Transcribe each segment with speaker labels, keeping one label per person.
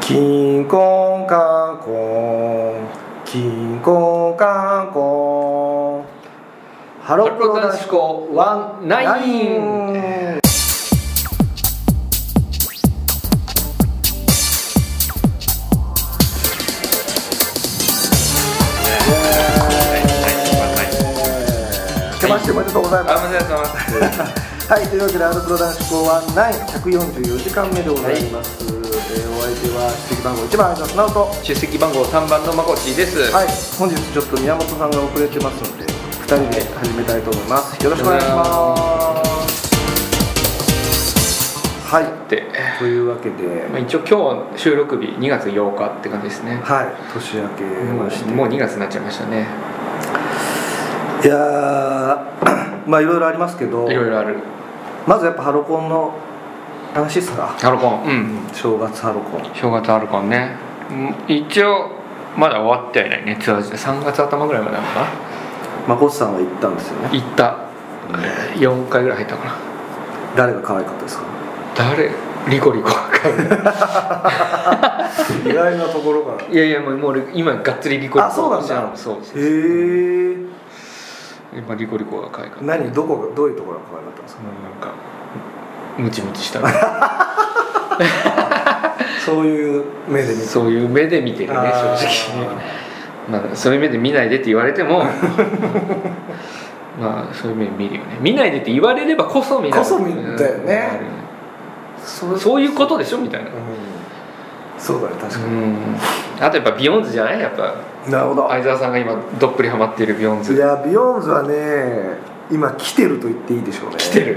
Speaker 1: キコカコキコカコハロプロ男子校ワンナイン明けましておめでとうございます
Speaker 2: あ、間違えた、間違え
Speaker 1: はい、というわけで、アルプロ男子校はナイン144時間目でございます。えーお相手は、出席番号1番、相田直人。
Speaker 2: た出席番号三番のまこちです。
Speaker 1: はい、本日ちょっと宮本さんが遅れてますので、二人で始めたいと思います。よろしくお願いします。はい、
Speaker 2: で、
Speaker 1: というわけで、
Speaker 2: まあ、一応今日収録日2月8日って感じですね。
Speaker 1: はい、年明け
Speaker 2: も
Speaker 1: まして。
Speaker 2: うもう2月になっちゃいましたね。
Speaker 1: いやー まあ、いろいろありますけど
Speaker 2: い、ろいろある。
Speaker 1: まずやっぱハロコンの話ですか。
Speaker 2: ハロコン、うん、
Speaker 1: 正月ハロコン。
Speaker 2: 正月ハロコンね。うん一応まだ終わってはいないね。ツアー自体3月頭ぐらいまでなのか
Speaker 1: まこっさんは行ったんですよ
Speaker 2: な。
Speaker 1: ね。
Speaker 2: 行った。4回ぐらい入ったかな。
Speaker 1: 誰が可愛かったですか。
Speaker 2: 誰？リコリコ。
Speaker 1: 意外なところから。
Speaker 2: いやいやもうもう俺今がっつりリコリコ。
Speaker 1: あそうなんだ
Speaker 2: そうそう。
Speaker 1: へえ。
Speaker 2: 今リコリコが可愛かった。
Speaker 1: 何どこがどういうところが可愛かったんですか。
Speaker 2: もうなんかムチムチしたね
Speaker 1: そういう目で見て。
Speaker 2: そういう目で見てるね正
Speaker 1: あー
Speaker 2: 直ね、まあ、そういう目で見ないでって言われて もまあそういう目で見るよね見ないでって言われればこそ見ない
Speaker 1: こそ見るんだよね
Speaker 2: う
Speaker 1: そ
Speaker 2: んそういうことでしょみたいな
Speaker 1: うん。そうだね確
Speaker 2: う
Speaker 1: か
Speaker 2: んあとやっぱビヨンズじゃないやっぱ
Speaker 1: に。なるほど。
Speaker 2: 相沢さんが今どっぷりハマっているビヨン
Speaker 1: い
Speaker 2: ズ
Speaker 1: やビヨンズはね今来てると言っていいでしょうね。
Speaker 2: 来てる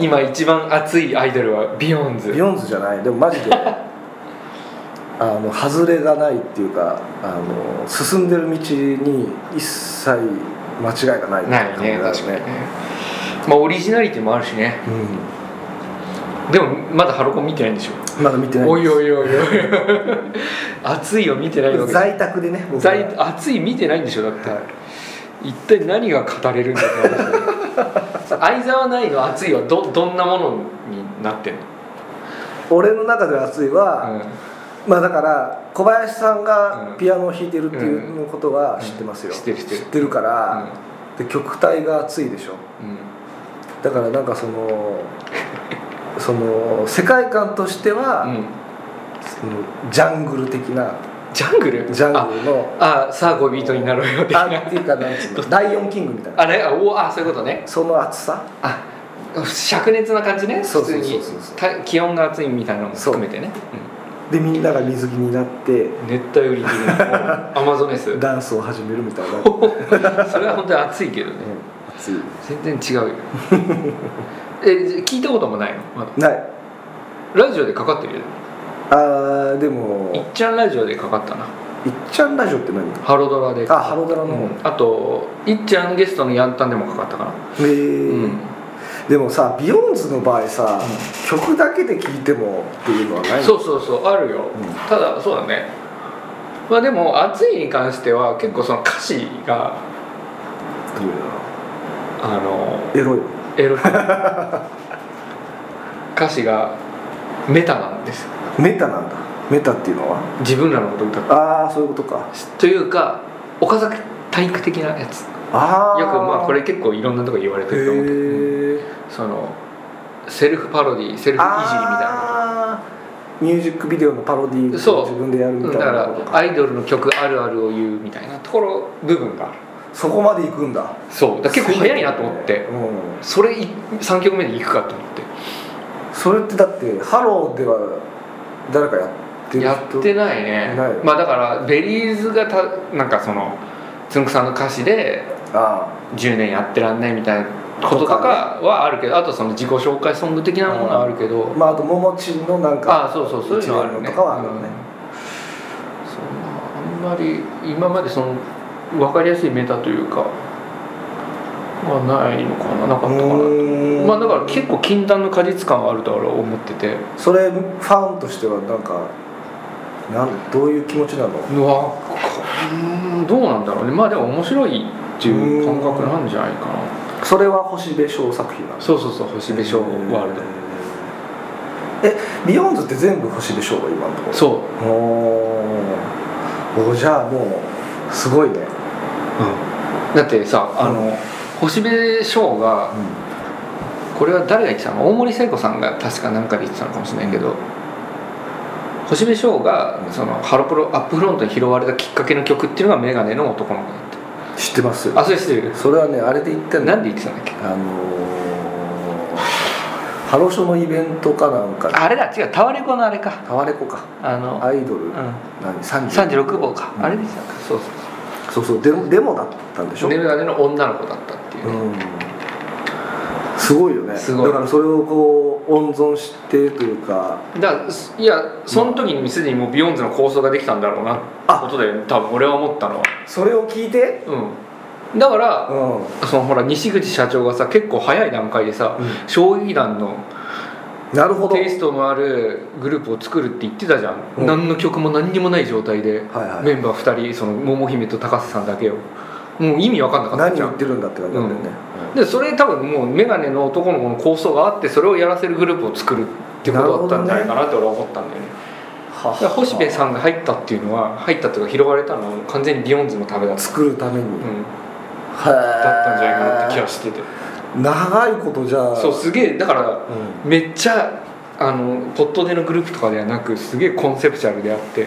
Speaker 1: うん。
Speaker 2: 今一番熱いアイドルはビヨンズ
Speaker 1: ビヨンズじゃないでもマジで あの外れがないっていうかあの進んでる道に一切間違いがないって
Speaker 2: ないね
Speaker 1: いう感
Speaker 2: 確
Speaker 1: じ
Speaker 2: か
Speaker 1: だよ
Speaker 2: にねまあオリジナリティもあるしねでもまだハロコン見てないんでしょ
Speaker 1: うん、まだ見てない
Speaker 2: おいおいおいおい 熱いよ見てないわけ
Speaker 1: 在宅でね僕は
Speaker 2: 在熱い見てないんでしょだって、
Speaker 1: は
Speaker 2: 一体何が語れるんだって話だよ相沢内の熱いはどどんなものになってんの、
Speaker 1: 俺の中で熱いは、
Speaker 2: う
Speaker 1: まあだから小林さんが
Speaker 2: うん
Speaker 1: ピアノを弾いてるっていうことは
Speaker 2: うん
Speaker 1: 知ってますよ、
Speaker 2: 知ってる知ってる
Speaker 1: から、で曲体が熱いでしょ
Speaker 2: んうん
Speaker 1: だからなんかその その世界観としては、
Speaker 2: うん
Speaker 1: そのジャングル的な
Speaker 2: ジャングル
Speaker 1: ジャングルの
Speaker 2: ああさあ恋人になろうよ的
Speaker 1: あ
Speaker 2: な
Speaker 1: っていうかなんつうのライオンキングみたいな
Speaker 2: あれあおあそういうことね
Speaker 1: その熱さ
Speaker 2: あ灼熱な感じね
Speaker 1: そうそ
Speaker 2: 普通
Speaker 1: うそう
Speaker 2: に
Speaker 1: そうそう
Speaker 2: た気温が暑いみたいなのも含めてね、
Speaker 1: でみんなが水着になって
Speaker 2: うん熱帯雨林的な アマゾネス
Speaker 1: ダンスを始めるみ たいな、うん
Speaker 2: それは本当に熱いけどね
Speaker 1: 熱い
Speaker 2: 全然違うよ えじゃ聞いたこともないの、まだ
Speaker 1: ない
Speaker 2: ラジオでかかってるよ
Speaker 1: あーでも
Speaker 2: いっちゃんラジオでかかったない
Speaker 1: っちゃんラジオって何
Speaker 2: ハロドラで
Speaker 1: あハロドラの
Speaker 2: う
Speaker 1: 方、
Speaker 2: んあといっちゃんゲストのヤンタンでもかかったかな
Speaker 1: え
Speaker 2: う
Speaker 1: ーでもさビヨンズの場合さ、曲だけで聴いてもっていうのはない
Speaker 2: そうそうそうあるよ、
Speaker 1: うん
Speaker 2: ただそうだねまあでも「暑い」に関しては結構その歌詞が
Speaker 1: っていうのは
Speaker 2: あの
Speaker 1: エロいの
Speaker 2: エロい歌詞がメタなんですよ
Speaker 1: メタなんだメタっていうのは
Speaker 2: 自分らのこと歌って
Speaker 1: ああそういうことか
Speaker 2: というか岡崎体育的なやつ
Speaker 1: ああ
Speaker 2: よくまあこれ結構いろんなとこ言われてると思うけど
Speaker 1: へえ
Speaker 2: そのセルフパロディセルフいじりみたいな
Speaker 1: あーミュージックビデオのパロディー
Speaker 2: そう
Speaker 1: を自分でやる
Speaker 2: う
Speaker 1: み
Speaker 2: ん
Speaker 1: た
Speaker 2: だ
Speaker 1: い
Speaker 2: か
Speaker 1: なこと
Speaker 2: ら
Speaker 1: か
Speaker 2: アイドルの曲あるあるを言うみたいなところ部分がある
Speaker 1: そこまで行くんだ
Speaker 2: そうだから結構早いなと思って
Speaker 1: うん、
Speaker 2: それい3曲目でいくかと思って
Speaker 1: それってだってハローでは誰かやってる人
Speaker 2: やってないね
Speaker 1: ない
Speaker 2: まあだからベリーズがたなんかそのつんくさんの歌詞で
Speaker 1: あ
Speaker 2: 10年やってらんないみたいなこととかはあるけどあとその自己紹介ソング的なものはあるけど
Speaker 1: あまああとももちのなん
Speaker 2: あ
Speaker 1: か
Speaker 2: あそうそうそういうのはあるね
Speaker 1: 一年のとかはあるよね
Speaker 2: うん、そんなあんまり今までその分かりやすいメタというかはないのかななかったか
Speaker 1: う
Speaker 2: な
Speaker 1: ーん
Speaker 2: まあだから結構禁断の果実感はあると俺は思ってて
Speaker 1: それファンとしてはなんかなんどういう気持ちなの
Speaker 2: うわこうーんどうなんだろうねまあでも面白いっていう感覚なんじゃないかな
Speaker 1: それは星部翔作品なの
Speaker 2: そうそうそう星部翔ワールド
Speaker 1: えビヨンズって全部星でしょうが今のところ
Speaker 2: そう、うん、
Speaker 1: うおーおじゃあもうすごいね
Speaker 2: だってさあの、
Speaker 1: うん
Speaker 2: 星部翔が
Speaker 1: う
Speaker 2: これは誰が言ってたの大森聖子さんが確か何かで言ってたのかもしれないけど星部翔がそのハロプロアップフロントに拾われたきっかけの曲っていうのが「メガネの男の子」だっ
Speaker 1: ん知ってます
Speaker 2: たあそれ知ってる
Speaker 1: それはねあれで言ってんの
Speaker 2: なんで言ってたんだっけ
Speaker 1: あのー、ハロショのイベントかなんかで
Speaker 2: あれだ違うタワレコのあれか
Speaker 1: タワレコか
Speaker 2: あの、
Speaker 1: アイドル、
Speaker 2: うん、
Speaker 1: 何30
Speaker 2: 36号か、
Speaker 1: うん
Speaker 2: あれでしたかそうそう
Speaker 1: そうそうデモデモだったんでし
Speaker 2: そ
Speaker 1: ょ、
Speaker 2: うメガネの女の子だったっていう
Speaker 1: う
Speaker 2: ね、
Speaker 1: んすごいよね
Speaker 2: すごい
Speaker 1: だからそれをこう温存してというか
Speaker 2: だからすいやその時にすでにもうビヨンズの構想ができたんだろうな
Speaker 1: あ
Speaker 2: ってことだよね多分俺は思ったのは
Speaker 1: それを聞いて
Speaker 2: うんだから、
Speaker 1: うん、
Speaker 2: そのほら西口社長がさ結構早い段階でさ焼夷弾の
Speaker 1: なるほど
Speaker 2: テイストのあるグループを作るって言ってたじゃん、
Speaker 1: うん
Speaker 2: 何の曲も何にもない状態で、
Speaker 1: はいはい
Speaker 2: メンバー2人その桃姫と高瀬さんだけをもう意味わかんなかった
Speaker 1: 何
Speaker 2: じゃ
Speaker 1: 言っ
Speaker 2: ん
Speaker 1: てるんだって感じなんだよね、
Speaker 2: でそれ多分もう眼鏡の男の子の構想があってそれをやらせるグループを作るってことだったんじゃないかなって俺は思ったんだよねだから星部さんが入ったっていうのは入ったというか広がれたのは完全にビヨンズのためだった、
Speaker 1: 作るために、
Speaker 2: う
Speaker 1: へ
Speaker 2: ん、
Speaker 1: ー
Speaker 2: だったんじゃないかなって気がしてて
Speaker 1: 長いことじゃあ
Speaker 2: そうすげえだから
Speaker 1: うん
Speaker 2: めっちゃあのポットでのグループとかではなくすげえコンセプチュアルであって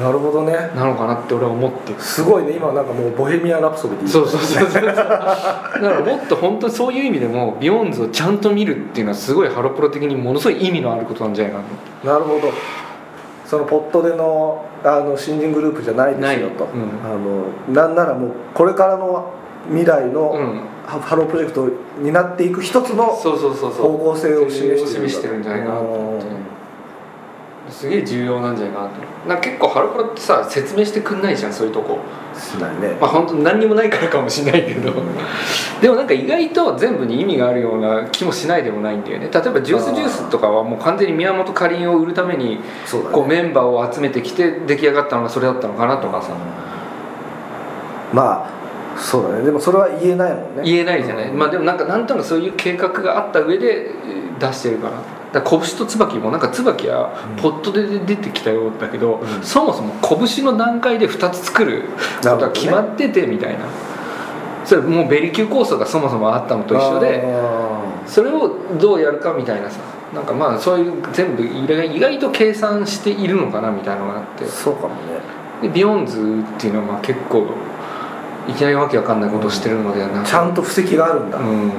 Speaker 1: なるほどね
Speaker 2: なのかなって俺は思ってる
Speaker 1: すごいね今なんかもうボヘミアン・ラプソディ
Speaker 2: そうそうそうそうだからもっと本当にそういう意味でもビヨンズをちゃんと見るっていうのはすごいハロプロ的にものすごい意味のあることなんじゃないかな
Speaker 1: なるほどそのポットでのあの新人グループじゃないですよと、
Speaker 2: ないうん
Speaker 1: あのなんならもうこれからの未来の、
Speaker 2: うん
Speaker 1: ハハロープロジェクトになっていく一つの
Speaker 2: そうそうそうそう
Speaker 1: 方向性を示している
Speaker 2: 方向性を示してるんじゃないかなと思って
Speaker 1: うん
Speaker 2: すげえ重要なんじゃないかなとなんか結構ハロプロってさ説明してくんないじゃんそういうとこ
Speaker 1: しないね、
Speaker 2: まあ本当何にもないからかもしれないけどでもなんか意外と全部に意味があるような気もしないでもないんだよね例えばジュースジュースとかはもう完全に宮本かりんを売るために
Speaker 1: そうだね
Speaker 2: こうメンバーを集めてきて出来上がったのがそれだったのかなとかさ
Speaker 1: まあそうだねでもそれは言えないもんね
Speaker 2: 言えないじゃない、
Speaker 1: うん
Speaker 2: まあでもなんかなんとなくそういう計画があった上でえー出してるからだから拳と椿もなんか椿は
Speaker 1: うん
Speaker 2: ポットで出てきたようだけど、
Speaker 1: うん
Speaker 2: そもそも拳の段階で2つ作ることが決まっててみたいなそれもうベリキュー構想がそもそもあったのと一緒で
Speaker 1: あ
Speaker 2: それをどうやるかみたいなさなんかまあそういう全部意外意外と計算しているのかなみたいなのがあって
Speaker 1: ーそうかもね
Speaker 2: でビヨンズっていうのはまあ結構いきなりわけわかんないことをしてるのではなく
Speaker 1: ちゃんと布石があるんだ、
Speaker 2: うん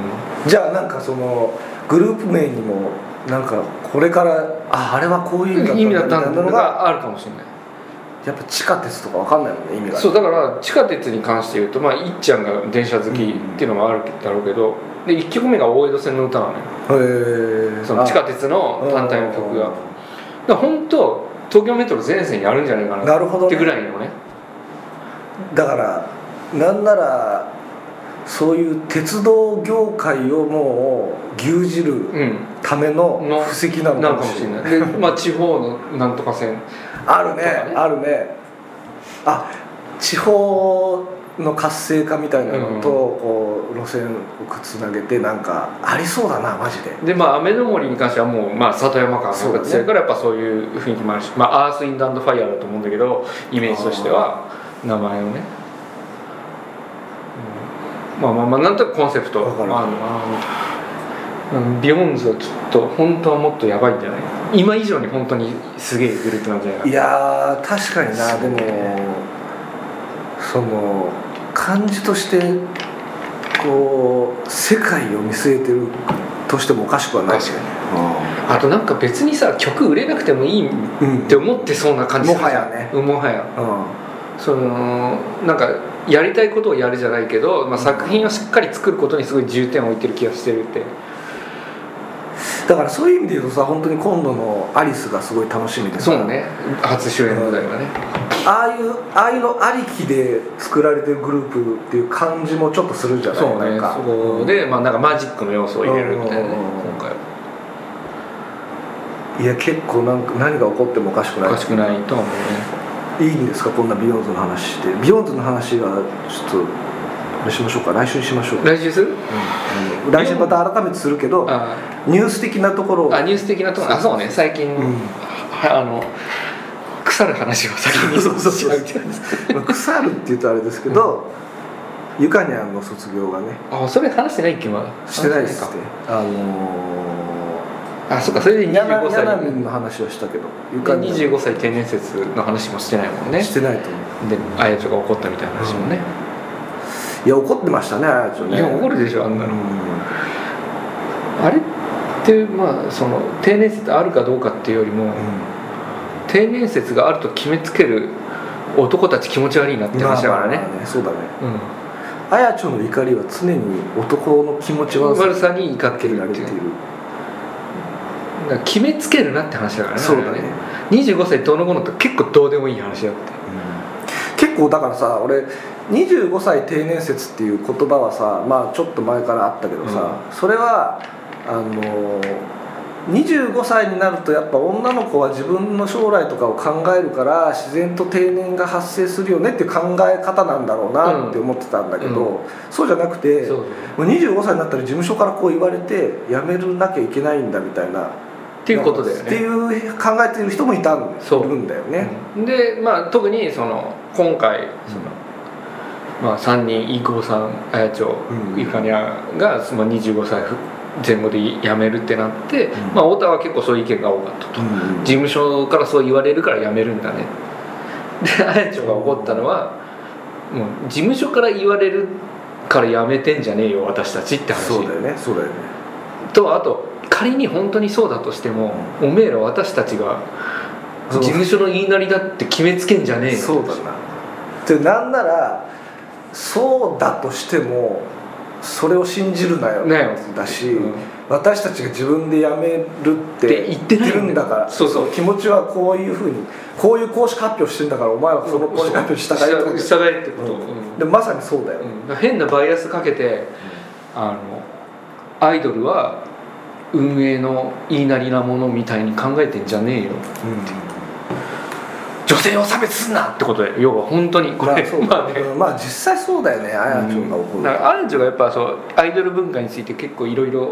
Speaker 1: じゃあなんかそのグループ名にもなんかこれからああれはこういう
Speaker 2: 意
Speaker 1: 意
Speaker 2: 味
Speaker 1: 味
Speaker 2: だ
Speaker 1: だ
Speaker 2: っ
Speaker 1: ったたんだみたいなの
Speaker 2: の
Speaker 1: が
Speaker 2: があるかもしれない
Speaker 1: やっぱ地下鉄とかわかんないもんね意味が
Speaker 2: そうだから地下鉄に関して言うとまあいっちゃんが電車好きっていうのもあるだろうけどで1曲目が大江戸線の歌なのよ
Speaker 1: へえ
Speaker 2: その地下鉄の単体の曲がだから本当東京メトロ全線やるんじゃないかな
Speaker 1: なるほど
Speaker 2: って
Speaker 1: ね
Speaker 2: ぐらいのね
Speaker 1: だからなんならそういう鉄道業界をもう牛耳る
Speaker 2: うん
Speaker 1: ための
Speaker 2: の
Speaker 1: 布石なの
Speaker 2: な
Speaker 1: か
Speaker 2: の
Speaker 1: も
Speaker 2: かも
Speaker 1: し
Speaker 2: し
Speaker 1: れ
Speaker 2: れ
Speaker 1: ない
Speaker 2: ないでまあ地方のなんとか線
Speaker 1: あるね
Speaker 2: とかね
Speaker 1: あるねあ地方の活性化みたいなのと、
Speaker 2: う
Speaker 1: こう路線をくっつなげてなんかありそうだなマジで
Speaker 2: でまあ雨の森に関してはもう、まあ、里山感が強いからやっぱそういう雰囲気もあるし、まあ、アース・インダンド・ファイヤーだと思うんだけどイメージとしては名前をね、うんまあまあまあなんとなくコンセプト
Speaker 1: わかる
Speaker 2: あのあのうんビヨンズはちょっと本当はもっとやばいんじゃない今以上に本当にすげえグループなんじゃないか
Speaker 1: いやー確かにな
Speaker 2: そ
Speaker 1: で
Speaker 2: う
Speaker 1: もその感じとしてこう世界を見据えてるとしてもおかしくはない
Speaker 2: 確あとなんか別にさ曲売れなくてもいいっ
Speaker 1: うん、うん
Speaker 2: て思ってそうな感じするじゃん
Speaker 1: もはやね
Speaker 2: うんもはや
Speaker 1: う
Speaker 2: そのなんかやりたいことをやるじゃないけど、まあ、作品をしっかり作ることにすごい重点を置いてる気がしてるって
Speaker 1: ん、だからそういう意味で言うとさ本当に今度の「アリス」がすごい楽しみでさ
Speaker 2: そうね初主演の台はね、
Speaker 1: ああいうああいうのありきで作られてるグループっていう感じもちょっとするじゃない
Speaker 2: そう
Speaker 1: な
Speaker 2: ね
Speaker 1: んか
Speaker 2: そこで、まあ、なんかマジックの要素を入れるみたい
Speaker 1: うんう
Speaker 2: なね
Speaker 1: んうんうん
Speaker 2: 今回はい
Speaker 1: や結構なんか何が起こってもおかしく
Speaker 2: お
Speaker 1: ない
Speaker 2: かしくないとは思うね
Speaker 1: いいんですかこんなビヨンズの話してビヨンズの話はちょっと話しましょうか来週にしましょう、
Speaker 2: 来週する
Speaker 1: うん来週また改めてするけど
Speaker 2: あ
Speaker 1: ニュース的なところを
Speaker 2: あニュース的なとこあそうね最近、
Speaker 1: うん
Speaker 2: はあの腐る話を先に
Speaker 1: そうそうそう
Speaker 2: しちゃみたいな
Speaker 1: まあ腐るって言うとあれですけど、ゆかにゃんの卒業がね
Speaker 2: あそれ話してないっけまだ
Speaker 1: してないですっ
Speaker 2: 話しててない
Speaker 1: あの
Speaker 2: かあそっかそれで
Speaker 1: ー、やな
Speaker 2: 25歳
Speaker 1: やなみんの話をしたけどゆかにゃん
Speaker 2: 25歳定年説の話もしてないもんね
Speaker 1: してないと思う
Speaker 2: であやちょが怒ったみたいな話もね、
Speaker 1: いや怒ってましたねあやちょね
Speaker 2: いや怒るでしょあんな
Speaker 1: う
Speaker 2: の、
Speaker 1: ん
Speaker 2: あれってまあその定年説あるかどうかっていうよりも、定年説があると決めつける男たち気持ち悪いなって話だからね
Speaker 1: まあ、まあそうだね
Speaker 2: うん
Speaker 1: あやちょの怒りは常に男の気持ち悪
Speaker 2: 悪
Speaker 1: さ
Speaker 2: さに怒って
Speaker 1: に
Speaker 2: る
Speaker 1: られ
Speaker 2: ってて
Speaker 1: い
Speaker 2: いう
Speaker 1: る
Speaker 2: だから決めつけるなって話だからね
Speaker 1: そうだね、
Speaker 2: 25歳どうのこうのって結構どうでもいい話だって
Speaker 1: 結構だからさ俺25歳定年説っていう言葉はさまあちょっと前からあったけどさ、それはあのー25歳になるとやっぱ女の子は自分の将来とかを考えるから自然と定年が発生するよねっていう考え方なんだろうなって思ってたんだけど、
Speaker 2: うんう
Speaker 1: そうじゃなくて
Speaker 2: そう
Speaker 1: もう25歳になったら事務所からこう言われて辞めるなきゃいけないんだみたいな
Speaker 2: っていうことだよ
Speaker 1: ってい
Speaker 2: ね
Speaker 1: う考えてる人もいたん
Speaker 2: そう
Speaker 1: いるんだよね。
Speaker 2: うんでまあ特にその今回その、まあ、3人飯久保さん綾町
Speaker 1: うん
Speaker 2: ゆかにゃんが、まあ、25歳前後で辞めるってなって、
Speaker 1: ん
Speaker 2: まあ太田は結構そういう意見が多かったと。
Speaker 1: うん
Speaker 2: 事務所からそう言われるから辞めるんだねで綾ちゃんが怒ったのはもう事務所から言われるから辞めてんじゃねえよ私たちって
Speaker 1: そう
Speaker 2: 話
Speaker 1: だよねそうだよね。
Speaker 2: とあと仮に本当にそうだとしても、おめえら私たちが
Speaker 1: そ
Speaker 2: 事
Speaker 1: う
Speaker 2: 務所の言いなりだって決めつけんじゃねえよ
Speaker 1: そうだなでなんならそうだとしてもそれを信じるなよ
Speaker 2: なよ
Speaker 1: だし、
Speaker 2: うん
Speaker 1: 私たちが自分で辞めるって
Speaker 2: って言ってないんだよ
Speaker 1: るんだから
Speaker 2: そうそう
Speaker 1: 気持ちはこういうふうにこういう公式発表してんだからお前はその公式発表に従えってこと
Speaker 2: 従従えってこと、
Speaker 1: う
Speaker 2: うん
Speaker 1: でまさにそうだよ、
Speaker 2: うん変なバイアスかけてあのアイドルは運営の言いなりなものみたいに考えてんじゃねえよ女性を差別すんなってことで要は本当にこ
Speaker 1: まあ
Speaker 2: れ
Speaker 1: そう
Speaker 2: ま
Speaker 1: だ
Speaker 2: あ
Speaker 1: ね
Speaker 2: ね
Speaker 1: まあ実際そうだよねあやちゃんが怒る、
Speaker 2: だからアンジュがやっぱそうアイドル文化について結構いろいろ
Speaker 1: うんうん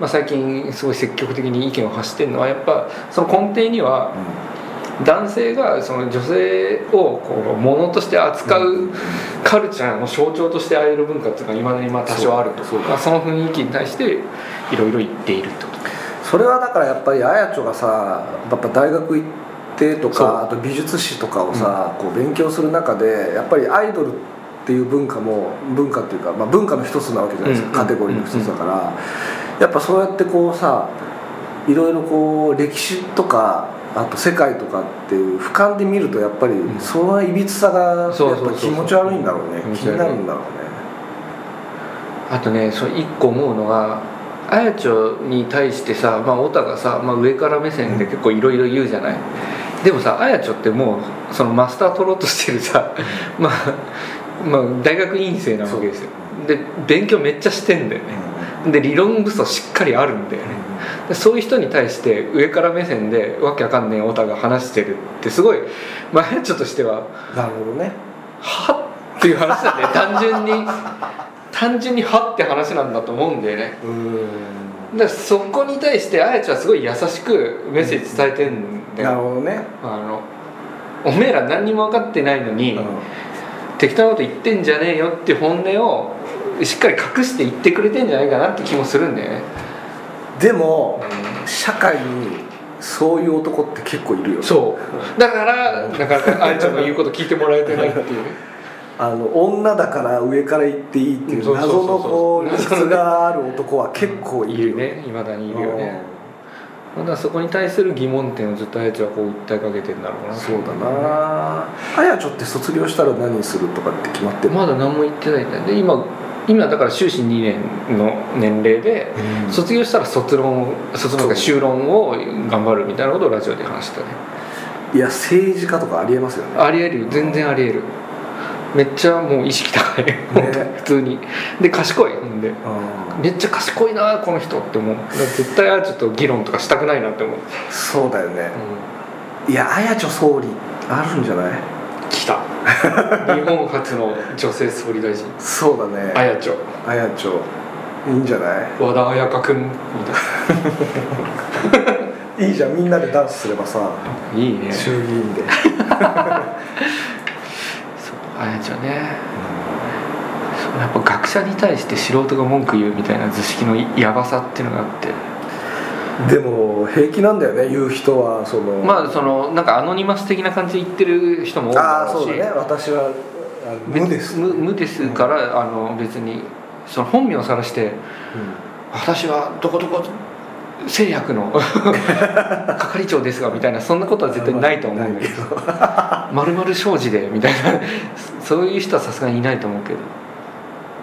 Speaker 2: まあ最近すごい積極的に意見を発してるのはやっぱその根底には男性がその女性をこうものとして扱うカルチャーの象徴としてアイドル文化っていうのはいまだにまあ多少あると
Speaker 1: そうだそうだ
Speaker 2: まあその雰囲気に対していろいろ言っているってこと
Speaker 1: それはだからやっぱりあやちょがさやっぱ大学行ってと
Speaker 2: そう
Speaker 1: かあと美術史とかをさ、こう勉強する中でやっぱりアイドルっていう文化も文化っていうか、まあ、文化の一つなわけじゃないですか、
Speaker 2: うん
Speaker 1: カテゴリーの一つだから、やっぱそうやってこうさいろいろこう歴史とかあと世界とかっていう俯瞰で見るとやっぱり
Speaker 2: ん
Speaker 1: そのいびつさがやっ
Speaker 2: そうそうそう
Speaker 1: ぱ気持ち悪いんだろうね
Speaker 2: 気持
Speaker 1: 気
Speaker 2: ち悪い
Speaker 1: になるんだろうね
Speaker 2: あとねそれ一個思うのがあやちょに対してさ、まあ、オタがさ、まあ、上から目線で結構いろいろ言うじゃない、でもさあやちょってもうそのマスター取ろうとしてるさ、まあ、まあ大学院生なわけですよで勉強めっちゃしてんだよねで理論武装しっかりあるんだよねでそういう人に対して上から目線でわけわかんねえオタが話してるってすごい、まあ、あやちょとしては
Speaker 1: なるほどね
Speaker 2: はっっていう 話だね単純に単純にはって話なんだと思うんだよね
Speaker 1: うん
Speaker 2: だからそこに対してあやちゃんはすごい優しくメッセージ伝えてんだ
Speaker 1: なる
Speaker 2: よ、
Speaker 1: ほどね、
Speaker 2: あのおめえら何にも分かってないのに、
Speaker 1: うん
Speaker 2: 適当なこと言ってんじゃねえよって本音をしっかり隠して言ってくれてんじゃないかなって気もするんだよね、
Speaker 1: でも社会にそういう男って結構いるよね
Speaker 2: そうだからなかなかあやちゃんの言うこと聞いてもらえてないっていうね
Speaker 1: あの女だから上から行っていいってい
Speaker 2: そううそうそう
Speaker 1: 謎のこ
Speaker 2: そう
Speaker 1: う質がある男は結構い
Speaker 2: い
Speaker 1: る
Speaker 2: る
Speaker 1: よ
Speaker 2: ねいまだにいるよね
Speaker 1: う
Speaker 2: まだそこに対する疑問点をずっとあやちゃんはこう訴えかけてんだろうなん
Speaker 1: そうだなあやちょって卒業したら何するとかって決まってる
Speaker 2: まだ何も言ってないんだよで今今だから修士2年の年齢で、
Speaker 1: うん
Speaker 2: 卒業したら卒論卒論とか
Speaker 1: そう
Speaker 2: 修論を頑張るみたいなことをラジオで話してたね
Speaker 1: いや政治家とかありえますよね
Speaker 2: ありえるよ全然ありえるめっちゃもう意識高い、 本当に普通にで賢いほんで
Speaker 1: うん
Speaker 2: めっちゃ賢いなこの人って思うだから絶対あちょっと議論とかしたくないなって思う、
Speaker 1: そうだよねいやあやちょ総理あるんじゃない
Speaker 2: 来た日本初の女性総理大臣
Speaker 1: そうだね
Speaker 2: 綾ちょ
Speaker 1: あやちょいいんじゃな
Speaker 2: 和田彩香君み
Speaker 1: いいいじゃんみんなでダンスすればさ
Speaker 2: たいないいね
Speaker 1: 衆議院で
Speaker 2: そう綾ちょねそうやっぱ学者に対して素人が文句言うみたいな図式のやばさっていうのがあって
Speaker 1: でも平気なんだよね言う人はその
Speaker 2: まあそのなんかアノニマス的な感じで言ってる人も多い
Speaker 1: あ
Speaker 2: だ
Speaker 1: あ
Speaker 2: ろう
Speaker 1: そう
Speaker 2: し
Speaker 1: だね私はあの無です、
Speaker 2: 無無ですから、あの別にその本名を晒して「私はどこどこ製薬 の係長ですが」みたいなそんなことは絶対ないと思うんだけど
Speaker 1: ど
Speaker 2: 「まるまる商事で」みたいなそういう人はさすがにいないと思うけど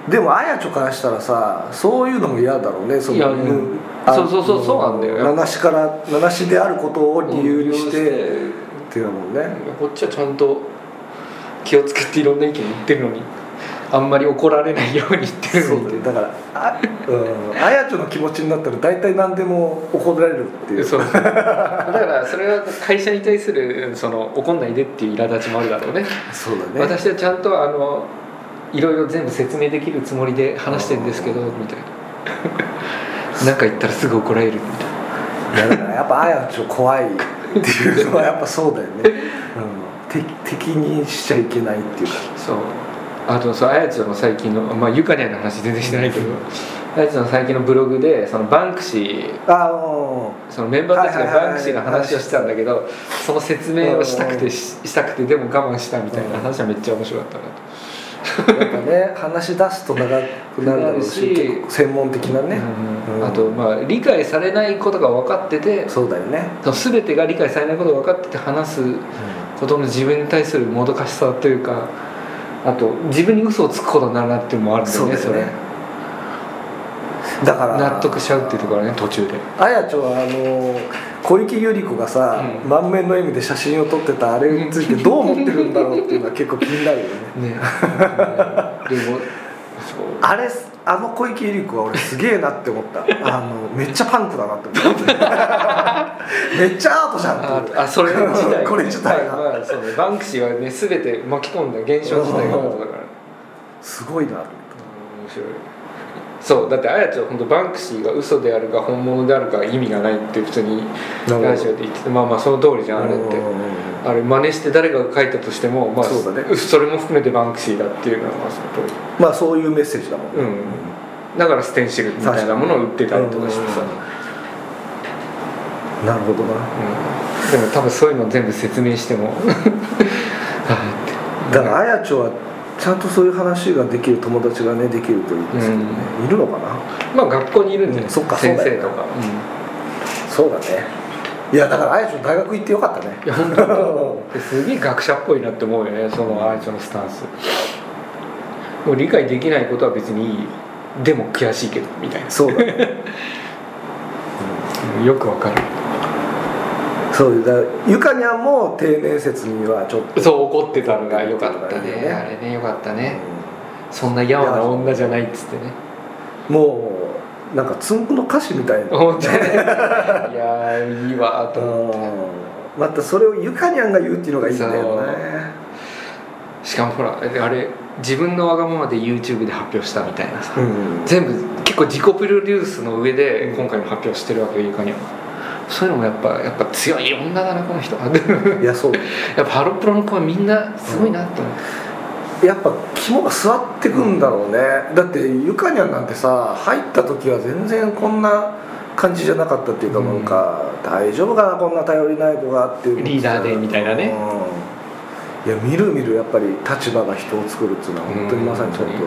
Speaker 1: でもあやちょからしたらさそういうのも嫌だろうねその
Speaker 2: いや
Speaker 1: うん
Speaker 2: そうそうそうそうなんだよ
Speaker 1: 七しから七しであることを理由にして、っていうのもね
Speaker 2: こっちはちゃんと気をつけていろんな意見言ってるのにあんまり怒られないように言ってる
Speaker 1: そ
Speaker 2: の
Speaker 1: うだ
Speaker 2: に
Speaker 1: よだからあ,、うん、あやちょの気持ちになったら大体何でも怒られるっていう
Speaker 2: そうだからそれは会社に対するその怒んないでっていう苛立ちもあるだろうね
Speaker 1: そうだね
Speaker 2: 私はちゃんとあのいろいろ全部説明できるつもりで話してるんですけどみたいな なんか言ったらすぐ怒られるみたいな
Speaker 1: や
Speaker 2: い
Speaker 1: だからやっぱあやちょ怖いっていうの はやっぱそうだよね、うん、て敵にしちゃいけないっていうか
Speaker 2: そうあとそうあやちゃんの最近のまあゆかりゃんの話全然してないけどあやちゃんの最近のブログでそのバンクシー
Speaker 1: あの
Speaker 2: そのメンバーたち
Speaker 1: は
Speaker 2: が
Speaker 1: いはいはい
Speaker 2: バンクシーの話をしてたんだけどその説明をしたくてししたくてでも我慢したみたいな話はめっちゃ面白かったなと。
Speaker 1: やっぱ ね話し出すと長くなるだろうし
Speaker 2: なるし
Speaker 1: 結構専門的なね、
Speaker 2: うん
Speaker 1: うん
Speaker 2: あとまあ理解されないことが分かってて
Speaker 1: そうだよね、
Speaker 2: その全てが理解されないことが分かってて話すことの自分に対するもどかしさというかあと自分に嘘をつくことになるなっていうのもあるんだよ
Speaker 1: そう
Speaker 2: ね
Speaker 1: だ
Speaker 2: そ
Speaker 1: よねだから
Speaker 2: れ納得しちゃうっていうところね途 中で
Speaker 1: あやちょはあの小池百合子がさ、
Speaker 2: うん
Speaker 1: 満面の笑みで写真を撮ってたあれについてどう思ってるんだろうっていうのは結構気になるよね
Speaker 2: ねでもそう
Speaker 1: あれあの小池百合子は俺すげえなって思った あのめっちゃパンクだなって思った めっちゃアートじゃんって
Speaker 2: あ
Speaker 1: いう
Speaker 2: あそれ自体
Speaker 1: これ自体が
Speaker 2: まあまあそうねバンクシーはね全て巻き込んだ現象自体がアートだから
Speaker 1: すごいなって
Speaker 2: うん面白いそうだってあやちゃん本当バンクシーが嘘であるか本物であるか意味がないって普通に
Speaker 1: なるほど
Speaker 2: ラジオで言っててまあまあその通りじゃんあれって
Speaker 1: うん
Speaker 2: あれ真似して誰かが書いたとしても、まあ、
Speaker 1: そうだね
Speaker 2: それも含めてバンクシーだっていうのはまあその通
Speaker 1: まあそういうメッセージだもん
Speaker 2: り、うん、だからステンシルみたいなものを売ってたりとかしてさ、
Speaker 1: う
Speaker 2: うんん
Speaker 1: なるほどな
Speaker 2: でも多分そういうの全部説明しても あーって
Speaker 1: だからあやちょはちゃんとそういう話ができる友達がねできるといいですけどね、いるのかな
Speaker 2: まあ学校にいるんじゃない、
Speaker 1: うんそっかそう
Speaker 2: 先
Speaker 1: だよ
Speaker 2: 生
Speaker 1: ね
Speaker 2: とか、うん
Speaker 1: そうだねいやだからあやちょ大学行ってよかったね
Speaker 2: いや本当 にですげえ学者っぽいなって思うよねそのあいつのスタンスもう理解できないことは別にいいよでも悔しいけどみたいな
Speaker 1: そうだね
Speaker 2: うんよくわかる
Speaker 1: そうだゆかにゃんも定年説にはちょっと
Speaker 2: そう怒ってたのがよかったね
Speaker 1: ね
Speaker 2: あれねよかったね
Speaker 1: う
Speaker 2: そんなやわな女じゃないっつってね
Speaker 1: んもうなんかつんくの歌詞みたいな
Speaker 2: 思ってねいやーいいわーと思って
Speaker 1: うんまたそれをゆかにゃんが言うっていうのがいいんだよね
Speaker 2: しかもほらあれ自分のわがままで YouTube で発表したみたいなさ
Speaker 1: うん
Speaker 2: 全部結構自己プロデュースの上で今回の発表してるわけよゆかにはそういうのもやっぱやっぱ強い女だなこの人 は
Speaker 1: いやそう
Speaker 2: やっぱハロプロの子はみんなすごいなと思って、
Speaker 1: やっぱ肝が据わってくんだろうね、だってゆかにゃんなんてさ入った時は全然こんな感じじゃなかったっていうか、
Speaker 2: うん
Speaker 1: なんか大丈夫かなこんな頼りない子がっていう
Speaker 2: リーダーでみたいなね
Speaker 1: うんいやみるみるやっぱり立場が人を作るっていうのは本当にまさにその通り、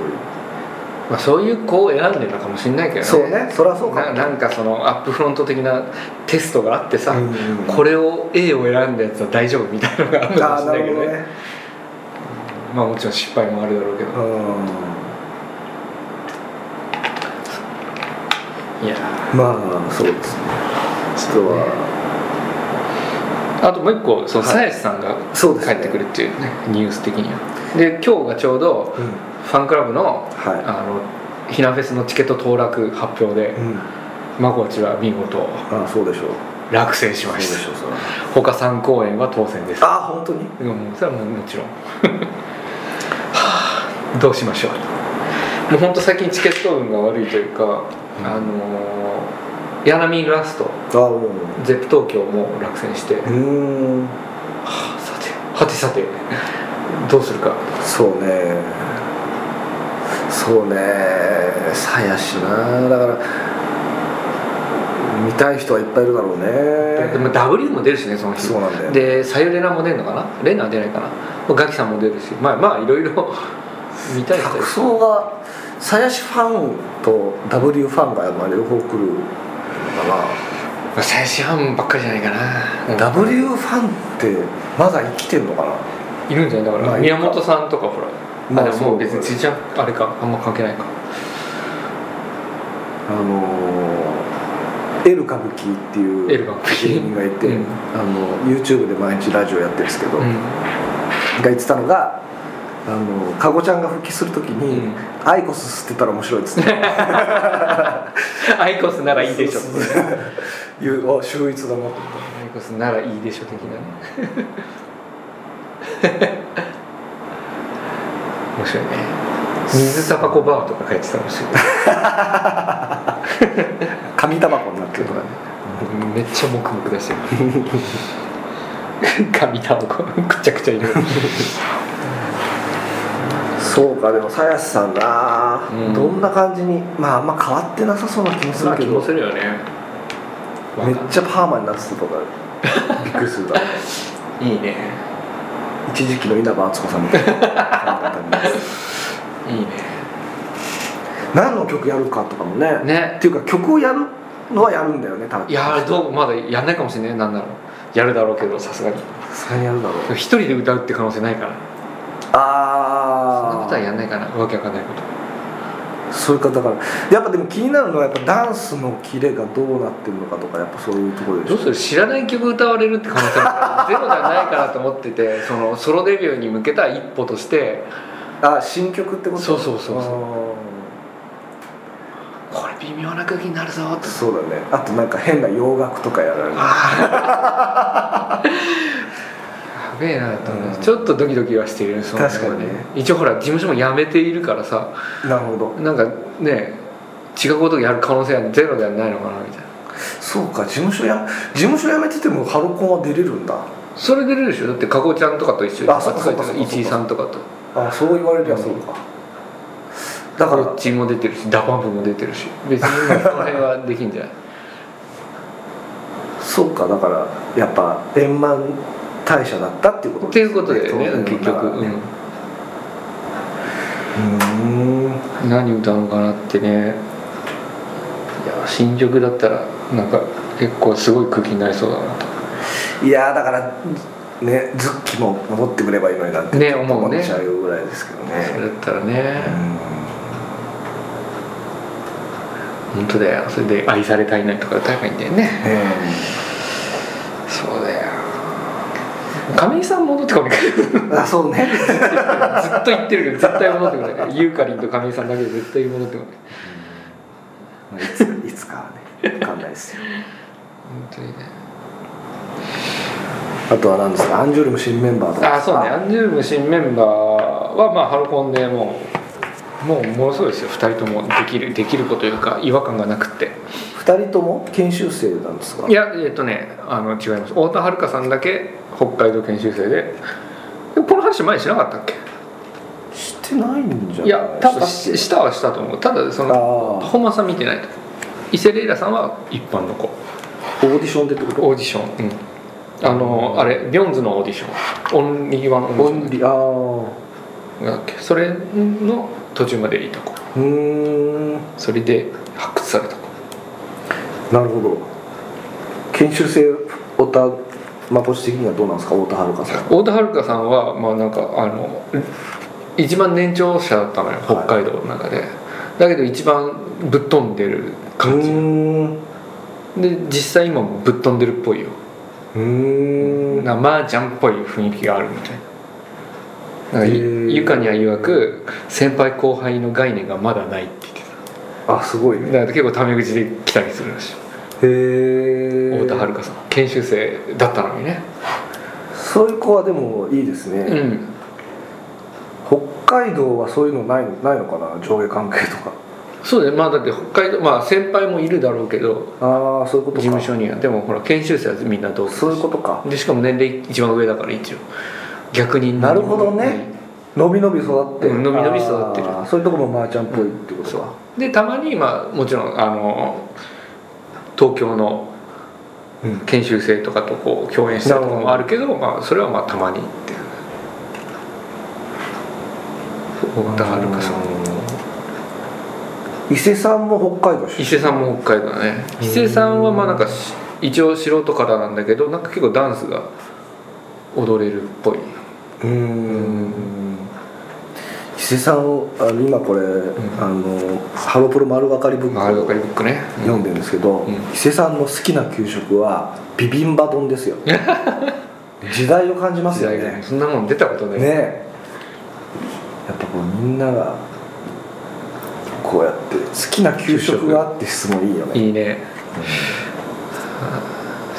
Speaker 2: まあ、そういう子を選んでるのかもしれないけどね
Speaker 1: そうねそりゃそうか
Speaker 2: ななんかそのアップフロント的なテストがあってさ、
Speaker 1: うんうん
Speaker 2: これを A を選んだやつは大丈夫みたいなのがあるのかも
Speaker 1: あ
Speaker 2: し
Speaker 1: あ
Speaker 2: れ
Speaker 1: な
Speaker 2: ない
Speaker 1: る
Speaker 2: け
Speaker 1: ほど
Speaker 2: どね
Speaker 1: ね
Speaker 2: まあもちろん失敗もあるだろうけど、いや
Speaker 1: うんまあそうですねちょっとは
Speaker 2: あともう一個その鞘師さんが
Speaker 1: そうです
Speaker 2: 帰
Speaker 1: ね
Speaker 2: ってくるっていうねニュース的にはで今日がちょうど
Speaker 1: うん
Speaker 2: ファンクラブの
Speaker 1: は
Speaker 2: あのひなフェスのチケット当落発表で
Speaker 1: い、うん、
Speaker 2: 孫ちは見事
Speaker 1: ああそうでしょう
Speaker 2: 落選し
Speaker 1: そう
Speaker 2: ま
Speaker 1: で
Speaker 2: し
Speaker 1: しょう
Speaker 2: た
Speaker 1: それは
Speaker 2: 他3公演は当選です
Speaker 1: ああ本当に
Speaker 2: でももうそれはもうもちろん どうしましょうもう本当最近チケット運が悪いというか、
Speaker 1: うん
Speaker 2: あのー柳見ラスト
Speaker 1: あうん
Speaker 2: ゼップ東京も落選して、
Speaker 1: うーん
Speaker 2: はあさてはてさてどうするか
Speaker 1: そうねそうねさやしなだから見たい人はいっぱいいるだろうね
Speaker 2: でも W も出るしねその日
Speaker 1: そうなんだよ
Speaker 2: でさゆれなも出るのかなレナは出ないかなもうガキさんも出るしまあまあいろいろ見たい人
Speaker 1: 客層がさやしファンと W ファンがまあ両方来るのか
Speaker 2: 最新版ばっかりじゃないかな
Speaker 1: な、W ファンってまだ生きてんのかない
Speaker 2: るんじゃないだから、
Speaker 1: まあいい
Speaker 2: 宮
Speaker 1: か
Speaker 2: 本さんとかほら、
Speaker 1: まあ
Speaker 2: あ、でももう別に
Speaker 1: そう
Speaker 2: 辻ちゃんあれかあんま関係ないか
Speaker 1: あのー、エル歌舞伎っていう
Speaker 2: L 歌舞伎
Speaker 1: 芸人がいて、
Speaker 2: うん
Speaker 1: あの YouTube で毎日ラジオやってるんですけど、が言ってたのがあのかごちゃんが復帰するときに、
Speaker 2: うん
Speaker 1: アイコス吸ってたら面白いっつって
Speaker 2: アイコスならいいで しょ
Speaker 1: そうそう言うあ秀逸だなと思って
Speaker 2: アイコスならいいでしょ的 なね面白いね水タバコバーとか書いてたら面白い
Speaker 1: 紙タバコになってるとかね
Speaker 2: めっちゃモクモク出して る紙タバコくちゃくちゃいる
Speaker 1: そうかでも鞘師さんな、
Speaker 2: うん
Speaker 1: どんな感じにまああんま変わってなさそうな気もするけど
Speaker 2: するよね
Speaker 1: めっちゃパーマになってたとか びっくりするだろう
Speaker 2: いいね
Speaker 1: 一時期の稲葉敦子さんみたいな髪型になってた
Speaker 2: いいね
Speaker 1: 何の曲やるかとかもね
Speaker 2: ね
Speaker 1: っていうか曲をやるのはやるんだよね多分
Speaker 2: いやーどうまだやんないかもしれないなんならやるだろうけどさすがに
Speaker 1: さすがにやるだ ろう
Speaker 2: 一人で歌うって可能性ないからそんな
Speaker 1: あ
Speaker 2: ことは
Speaker 1: あ
Speaker 2: やんないかなわけわかんないこと
Speaker 1: そういう方だからやっぱでも気になるのはやっぱダンスのキレがどうなってるのかとかやっぱそういうところでし
Speaker 2: ど
Speaker 1: ょ
Speaker 2: うする知らない曲歌われるって可能性も ゼロじゃないかなと思っててそのソロデビューに向けた一歩として
Speaker 1: あ新曲ってこと
Speaker 2: そうそうそうそう
Speaker 1: そ
Speaker 2: これ微妙な空気になるぞって
Speaker 1: うそうだねあとなんか変な洋楽とかやられる
Speaker 2: あーやべえなと思って
Speaker 1: うん
Speaker 2: ちょっとドキドキはしてるその
Speaker 1: 確かにね
Speaker 2: 一応ほら事務所も辞めているからさ
Speaker 1: なるほど
Speaker 2: なんかね違うことをやる可能性はゼロではないのかなみたいな
Speaker 1: そうか事務所や事務所辞めててもハロコンは出れるんだ
Speaker 2: それ出れるでしょだって加護ちゃんとかと一緒に
Speaker 1: あそっかそっかそっかそっか
Speaker 2: 一井さんとかと
Speaker 1: あそう言われりゃそうかだか
Speaker 2: こ
Speaker 1: ら
Speaker 2: っちも出てるしダパンプも出てるし別にもうこの辺はできんじゃない
Speaker 1: そうかだからやっぱ円満退社だったっていうこと
Speaker 2: っていうことだよね
Speaker 1: 当然
Speaker 2: 結局、
Speaker 1: うーん
Speaker 2: うん何歌うのかなってねいや新曲だったらなんか結構すごい空気になりそうだなと
Speaker 1: いやーだからねズッキも戻ってくればいいのになって
Speaker 2: ね思うね
Speaker 1: っちゃうぐらいですけどね
Speaker 2: それだったらね本当だよそれで「愛されたいな」とか歌えばいいんだよねそうだよ亀井さん戻ってこないから
Speaker 1: うんうんあそう ね
Speaker 2: ずっと言ってるけど絶対戻ってこないからユーカリンと亀井さんだけで絶対戻ってこ
Speaker 1: ま
Speaker 2: ない
Speaker 1: あいついつかはね分かんないですよ
Speaker 2: 本当にね
Speaker 1: あとは何ですかアンジュルム新メンバーとか
Speaker 2: あそうねアンジュルム新メンバーはまあハロコンでもうもうものすごいですよ2人ともできるできることというか違和感がなくって
Speaker 1: 2人とも研修生なんですか
Speaker 2: いやえっとねあの違います太田遥さんだけ北海道研修生ででもこの話前にしなかったっけ
Speaker 1: してないんじゃない
Speaker 2: いや多分
Speaker 1: し
Speaker 2: ししたはしたと思うただその
Speaker 1: あー
Speaker 2: パフォーマンスは見てないと伊勢レイラさんは一般の子
Speaker 1: オーディションでってこと
Speaker 2: オーディション、うん、あのあれビョンズのオーディションオンリーワンオーディ
Speaker 1: オ
Speaker 2: ション
Speaker 1: ンリーあ
Speaker 2: だっけそれの途中までいた子
Speaker 1: あうーん
Speaker 2: それで発掘された子
Speaker 1: なるほど研修生太田まあポジ的にはどうなんですか太田遥さん
Speaker 2: 太田遥さんはまあなんかあの一番年長者だったのよ北海道の中で、だけど一番ぶっ飛んでる感じ
Speaker 1: うーん
Speaker 2: で実際今もぶっ飛んでるっぽいよ
Speaker 1: うーん
Speaker 2: なマージャンっぽい雰囲気があるみたいななんか
Speaker 1: へー
Speaker 2: ゆゆかには曰く先輩後輩の概念がまだないって言って
Speaker 1: あすごいね
Speaker 2: ただから結構タメ口で来たりするらしい
Speaker 1: へえ
Speaker 2: 太田遥さん研修生だったのにね
Speaker 1: そういう子はでもいいです
Speaker 2: う
Speaker 1: ね、
Speaker 2: ん
Speaker 1: 北海道はそういうのないないのかな上下関係とか
Speaker 2: そうねまあだって北海道まあ先輩もいるだろうけど
Speaker 1: ああそういうこと
Speaker 2: 事
Speaker 1: か
Speaker 2: 務所にはでもほら研修生はみんな同期だし
Speaker 1: そういうことか
Speaker 2: でしかも年齢一番上だから一応逆に
Speaker 1: なるほどね伸び伸び育って
Speaker 2: うん伸び伸び育ってる
Speaker 1: あーそういうとこもまーちゃんっぽいってことか
Speaker 2: でたまにまあもちろんあの東京のうん研修生とかとこう共演したりとかもあるけどまあ、それはまあたまにっていうそうだからその
Speaker 1: 伊勢さんも北海道
Speaker 2: 伊
Speaker 1: 出
Speaker 2: 勢さんも北海道だね伊勢さんはまあなんかし一応素人からなんだけどなんか結構ダンスが踊れるっぽい
Speaker 1: 身うーん伊勢さんをあの今これ、あのハロプロ丸分かりブッ
Speaker 2: まああれ
Speaker 1: ク
Speaker 2: ば
Speaker 1: を
Speaker 2: かりブックね
Speaker 1: 読んでるんですけど、
Speaker 2: ん
Speaker 1: 伊勢さんの好きな給食はビビンバ丼です よ時代を感じます
Speaker 2: 時
Speaker 1: よ
Speaker 2: 代
Speaker 1: ね
Speaker 2: がそんなもん出たことない、
Speaker 1: ねえやっぱこうみんながこうやって好きな給食があって質問いいよね
Speaker 2: いいね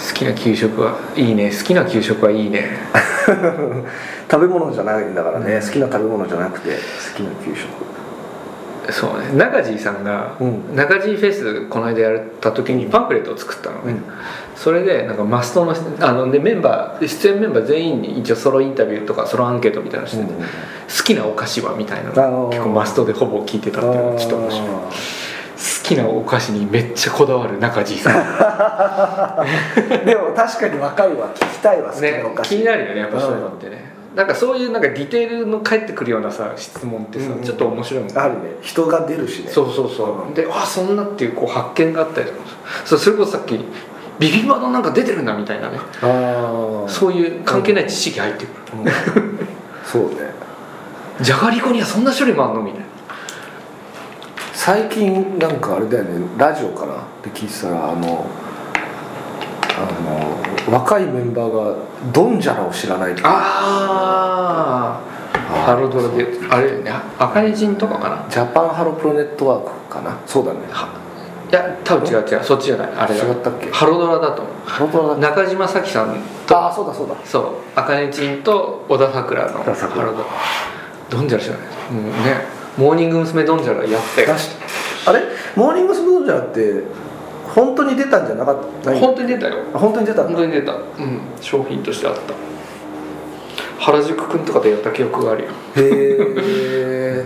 Speaker 2: 好きな給食はいいね好きな給食はいいね
Speaker 1: 食べ物じゃないんだからね、好きな食べ物じゃなくて好きな給食
Speaker 2: そうね中地さんが、
Speaker 1: うん
Speaker 2: 中地フェスこの間やった時にパンフレットを作ったのね、
Speaker 1: うん
Speaker 2: それでなんかマストのあの、ね、メンバー出演メンバー全員に一応ソロインタビューとかソロアンケートみたいなのしてて、好きなお菓子はみたいなの
Speaker 1: あのー
Speaker 2: が結構マストでほぼ聞いてたっていうのがちょっと面 白い
Speaker 1: あ
Speaker 2: 好きなお菓子にめっちゃこだわる中地さ
Speaker 1: ーでも確かに若いわ聞きたいわ好
Speaker 2: ん
Speaker 1: き
Speaker 2: ね
Speaker 1: なお菓
Speaker 2: 気
Speaker 1: 子、
Speaker 2: になるよねやっぱそういうのってね、なんかそういうなんかディテールの返ってくるようなさ質問ってさ、
Speaker 1: うんうん
Speaker 2: ちょっと面白いもんね
Speaker 1: あるね人が出るしね
Speaker 2: そうそうそう、であそんなっていうこう発見があったりとかそうそれこそさっきビビンバのなんか出てるなみたいなね、
Speaker 1: あー
Speaker 2: そういう関係ない知識入ってく
Speaker 1: う
Speaker 2: る、
Speaker 1: んそうね
Speaker 2: じゃがりこにはそんな種類もあんのみたいな
Speaker 1: 最近なんかあれだよねラジオかなって聞いてたらあのあの若いメンバーがドンジャラを知らないとか
Speaker 2: ああハロドラであれだよねあかね人とかかな
Speaker 1: ジャパンハロプロネットワークかなそうだね
Speaker 2: はいや多分違う違うそっちじゃないあれだ
Speaker 1: 違ったっけ
Speaker 2: ハロドラだと思
Speaker 1: ハロプロだ
Speaker 2: う
Speaker 1: ね
Speaker 2: 中島咲さん
Speaker 1: ああ
Speaker 2: と
Speaker 1: そうだそうだ
Speaker 2: そうあかねちんと小田さくら
Speaker 1: 小
Speaker 2: のハ
Speaker 1: 田さくら
Speaker 2: ロドラドンジャラ知らないうんねモーニング娘。ドンジャラやったよ
Speaker 1: 出しあれモーニングスムージャーって本当に出たんじゃなかったない
Speaker 2: 本当に出たよ
Speaker 1: あ本当に出たん
Speaker 2: 本
Speaker 1: だ
Speaker 2: 当に出た、うん、商品としてあった原宿くんとかでやった記憶があるよ
Speaker 1: へえ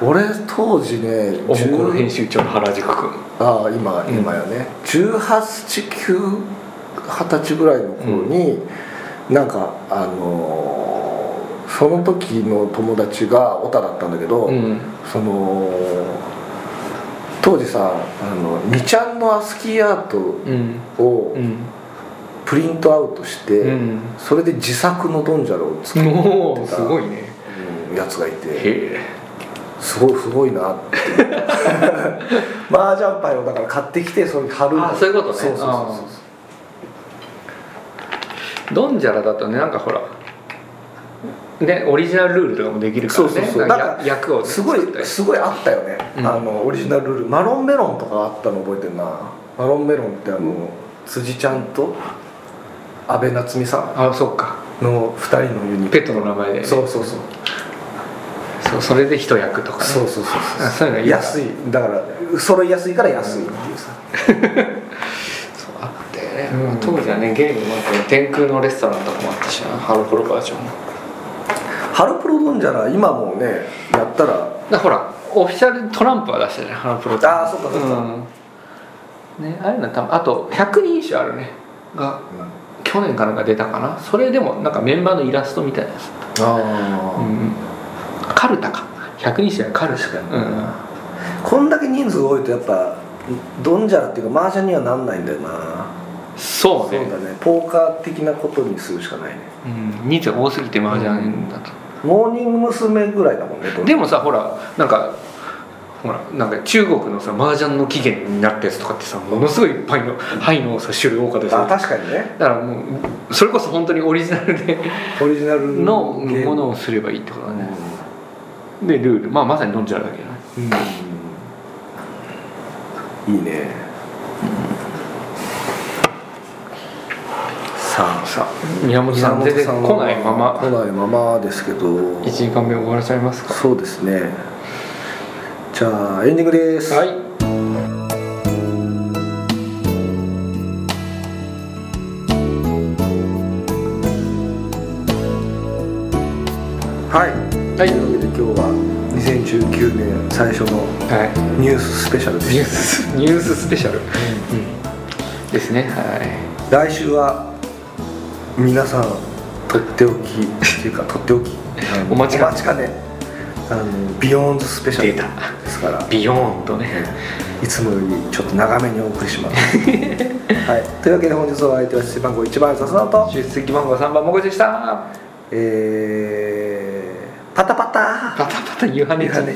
Speaker 1: 俺当時ね
Speaker 2: おもこの編
Speaker 1: 10
Speaker 2: 集長の原宿くん
Speaker 1: ああ今今やね1819二十歳ぐらいの頃に、なんかあのーその時の友達がオタだったんだけど、
Speaker 2: うん
Speaker 1: その当時さあの2ちゃんのアスキーアート
Speaker 2: うん
Speaker 1: を
Speaker 2: うん
Speaker 1: プリントアウトして、
Speaker 2: うん
Speaker 1: それで自作のドンジャラを作る
Speaker 2: おおすごいね
Speaker 1: やつがいて
Speaker 2: へ
Speaker 1: すごいすごいなって 麻雀牌をだから買ってきてそれに貼るんだ
Speaker 2: あそういうことね
Speaker 1: そうそうそうそう
Speaker 2: えドンジャラだとねなんかほらねオリジナルルールとかもできるからね
Speaker 1: そうそうそう
Speaker 2: なんか
Speaker 1: なんか
Speaker 2: 役を
Speaker 1: すごい
Speaker 2: 作ったり
Speaker 1: すごいあったよね、
Speaker 2: うん
Speaker 1: あのオリジナルルールマロンメロンとかあったの覚えてるなマロンメロンってあの、辻ちゃんと安倍夏実さ
Speaker 2: あそっか
Speaker 1: んの2人のユニ
Speaker 2: ペットの名前で、
Speaker 1: そうそうそう
Speaker 2: そうそれで一役とかね
Speaker 1: そうそうそうそう
Speaker 2: あそういうのいいな
Speaker 1: 安いだから揃いやすいから安いっていうさ、
Speaker 2: そうあったよね、
Speaker 1: うん
Speaker 2: まあ当時はねゲームもあったよ天空のレストランとかもあったしなハロプロバージョンも
Speaker 1: ハロプロドンジャラ今もうねやったら
Speaker 2: だからほらオフィシャルトランプは出したじゃんハロプロって
Speaker 1: あーそっかそっか
Speaker 2: うんねああいうのは多分あと100人以上あるねが去年かなんか出たかなそれでもなんかメンバーのイラストみたいなやつ、
Speaker 1: あ
Speaker 2: うん、カルタか100人以上カルタかうん
Speaker 1: こんだけ人数多いとやっぱドンジャラっていうか麻雀にはなんないんだよな
Speaker 2: そ
Speaker 1: そ
Speaker 2: う
Speaker 1: う
Speaker 2: ね
Speaker 1: だねポーカー的なことにするしかないね
Speaker 2: うん、人数が多すぎて麻雀だと、
Speaker 1: モーニング娘。ぐらいだもんねドンジ
Speaker 2: で
Speaker 1: ャ
Speaker 2: もさほらなんかほらなんか中国のさ麻雀の起源になったやつとかってさものすごいいっぱいの範囲のさ種類多かった
Speaker 1: ラあ
Speaker 2: さ
Speaker 1: 確かにね
Speaker 2: だからもうそれこそ本当にオリジナルで
Speaker 1: オリジナル
Speaker 2: の
Speaker 1: ゲーム
Speaker 2: ものをすればいいってことだね、でルールまあまさにドンジャラだけどね
Speaker 1: うんいいねさあ
Speaker 2: さあ宮本さん全然
Speaker 1: は
Speaker 2: 来ないまま
Speaker 1: 来ないままですけど
Speaker 2: 1時間目終わらされますか
Speaker 1: そうですねじゃあエンディングです、
Speaker 2: はい
Speaker 1: はい
Speaker 2: はい
Speaker 1: というわけで今日は2019年最初の
Speaker 2: は
Speaker 1: ニューススペシャルで
Speaker 2: いニュー
Speaker 1: し
Speaker 2: スニューススペシャル、うんですねはい
Speaker 1: た来週は皆さんとっておきっていうかとっておきあの
Speaker 2: お待ちかね
Speaker 1: お待ちかねあのビヨーンズスペシャル
Speaker 2: 出た
Speaker 1: ですから
Speaker 2: ビヨーンとね
Speaker 1: いつもよりちょっと長めにお送りします、 はい、というわけで本日のお相手は出席番号1番笹野と
Speaker 2: 出席番号3番もこでした
Speaker 1: えー、パタパタ
Speaker 2: パタパタ夕飯
Speaker 1: い
Speaker 2: ね
Speaker 1: やね